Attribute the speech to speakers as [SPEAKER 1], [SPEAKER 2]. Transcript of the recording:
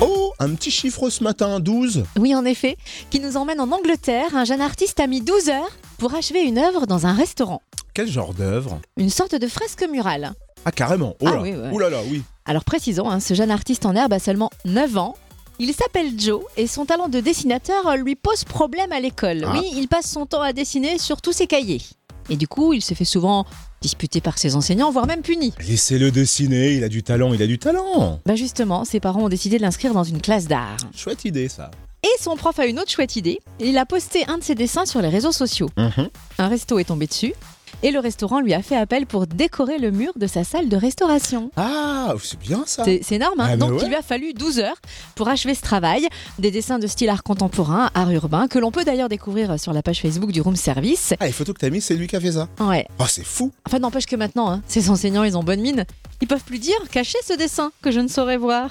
[SPEAKER 1] Oh, un petit chiffre ce matin, 12.
[SPEAKER 2] Oui, en effet, qui nous emmène en Angleterre. Un jeune artiste a mis 12 heures pour achever une œuvre dans un restaurant.
[SPEAKER 1] Quel genre d'œuvre
[SPEAKER 2] Une sorte de fresque murale.
[SPEAKER 1] Ah, carrément. Oh
[SPEAKER 2] Ah
[SPEAKER 1] là.
[SPEAKER 2] oui, ouais.
[SPEAKER 1] Ouh là là, oui.
[SPEAKER 2] Alors précisons, hein, ce jeune artiste en herbe a seulement 9 ans. Il s'appelle Joe et son talent de dessinateur euh, lui pose problème à l'école.
[SPEAKER 1] Ah.
[SPEAKER 2] Oui, il passe son temps à dessiner sur tous ses cahiers. Et du coup, il se fait souvent disputer par ses enseignants, voire même puni.
[SPEAKER 1] Laissez-le dessiner, il a du talent, il a du talent.
[SPEAKER 2] Bah justement, ses parents ont décidé de l'inscrire dans une classe d'art.
[SPEAKER 1] Chouette idée, ça.
[SPEAKER 2] Et son prof a une autre chouette idée. Il a posté un de ses dessins sur les réseaux sociaux.
[SPEAKER 1] Mhm.
[SPEAKER 2] Un resto est tombé dessus et le restaurant lui a fait appel pour décorer le mur de sa salle de restauration.
[SPEAKER 1] Ah, c'est bien ça.
[SPEAKER 2] C'est c'est énorme, hein.
[SPEAKER 1] Ah, mais
[SPEAKER 2] donc
[SPEAKER 1] ouais.
[SPEAKER 2] il lui a fallu 12 heures pour achever ce travail. Des dessins de style art contemporain, art urbain, que l'on peut d'ailleurs découvrir sur la page Facebook du Room Service.
[SPEAKER 1] Ah, les photos que t'as mis, c'est lui qui a fait ça.
[SPEAKER 2] Ouais,
[SPEAKER 1] Oh, c'est fou.
[SPEAKER 2] enfin n'empêche que maintenant, hein, ces enseignants, ils ont bonne mine. Ils peuvent plus dire, cachez ce dessin que je ne saurais voir.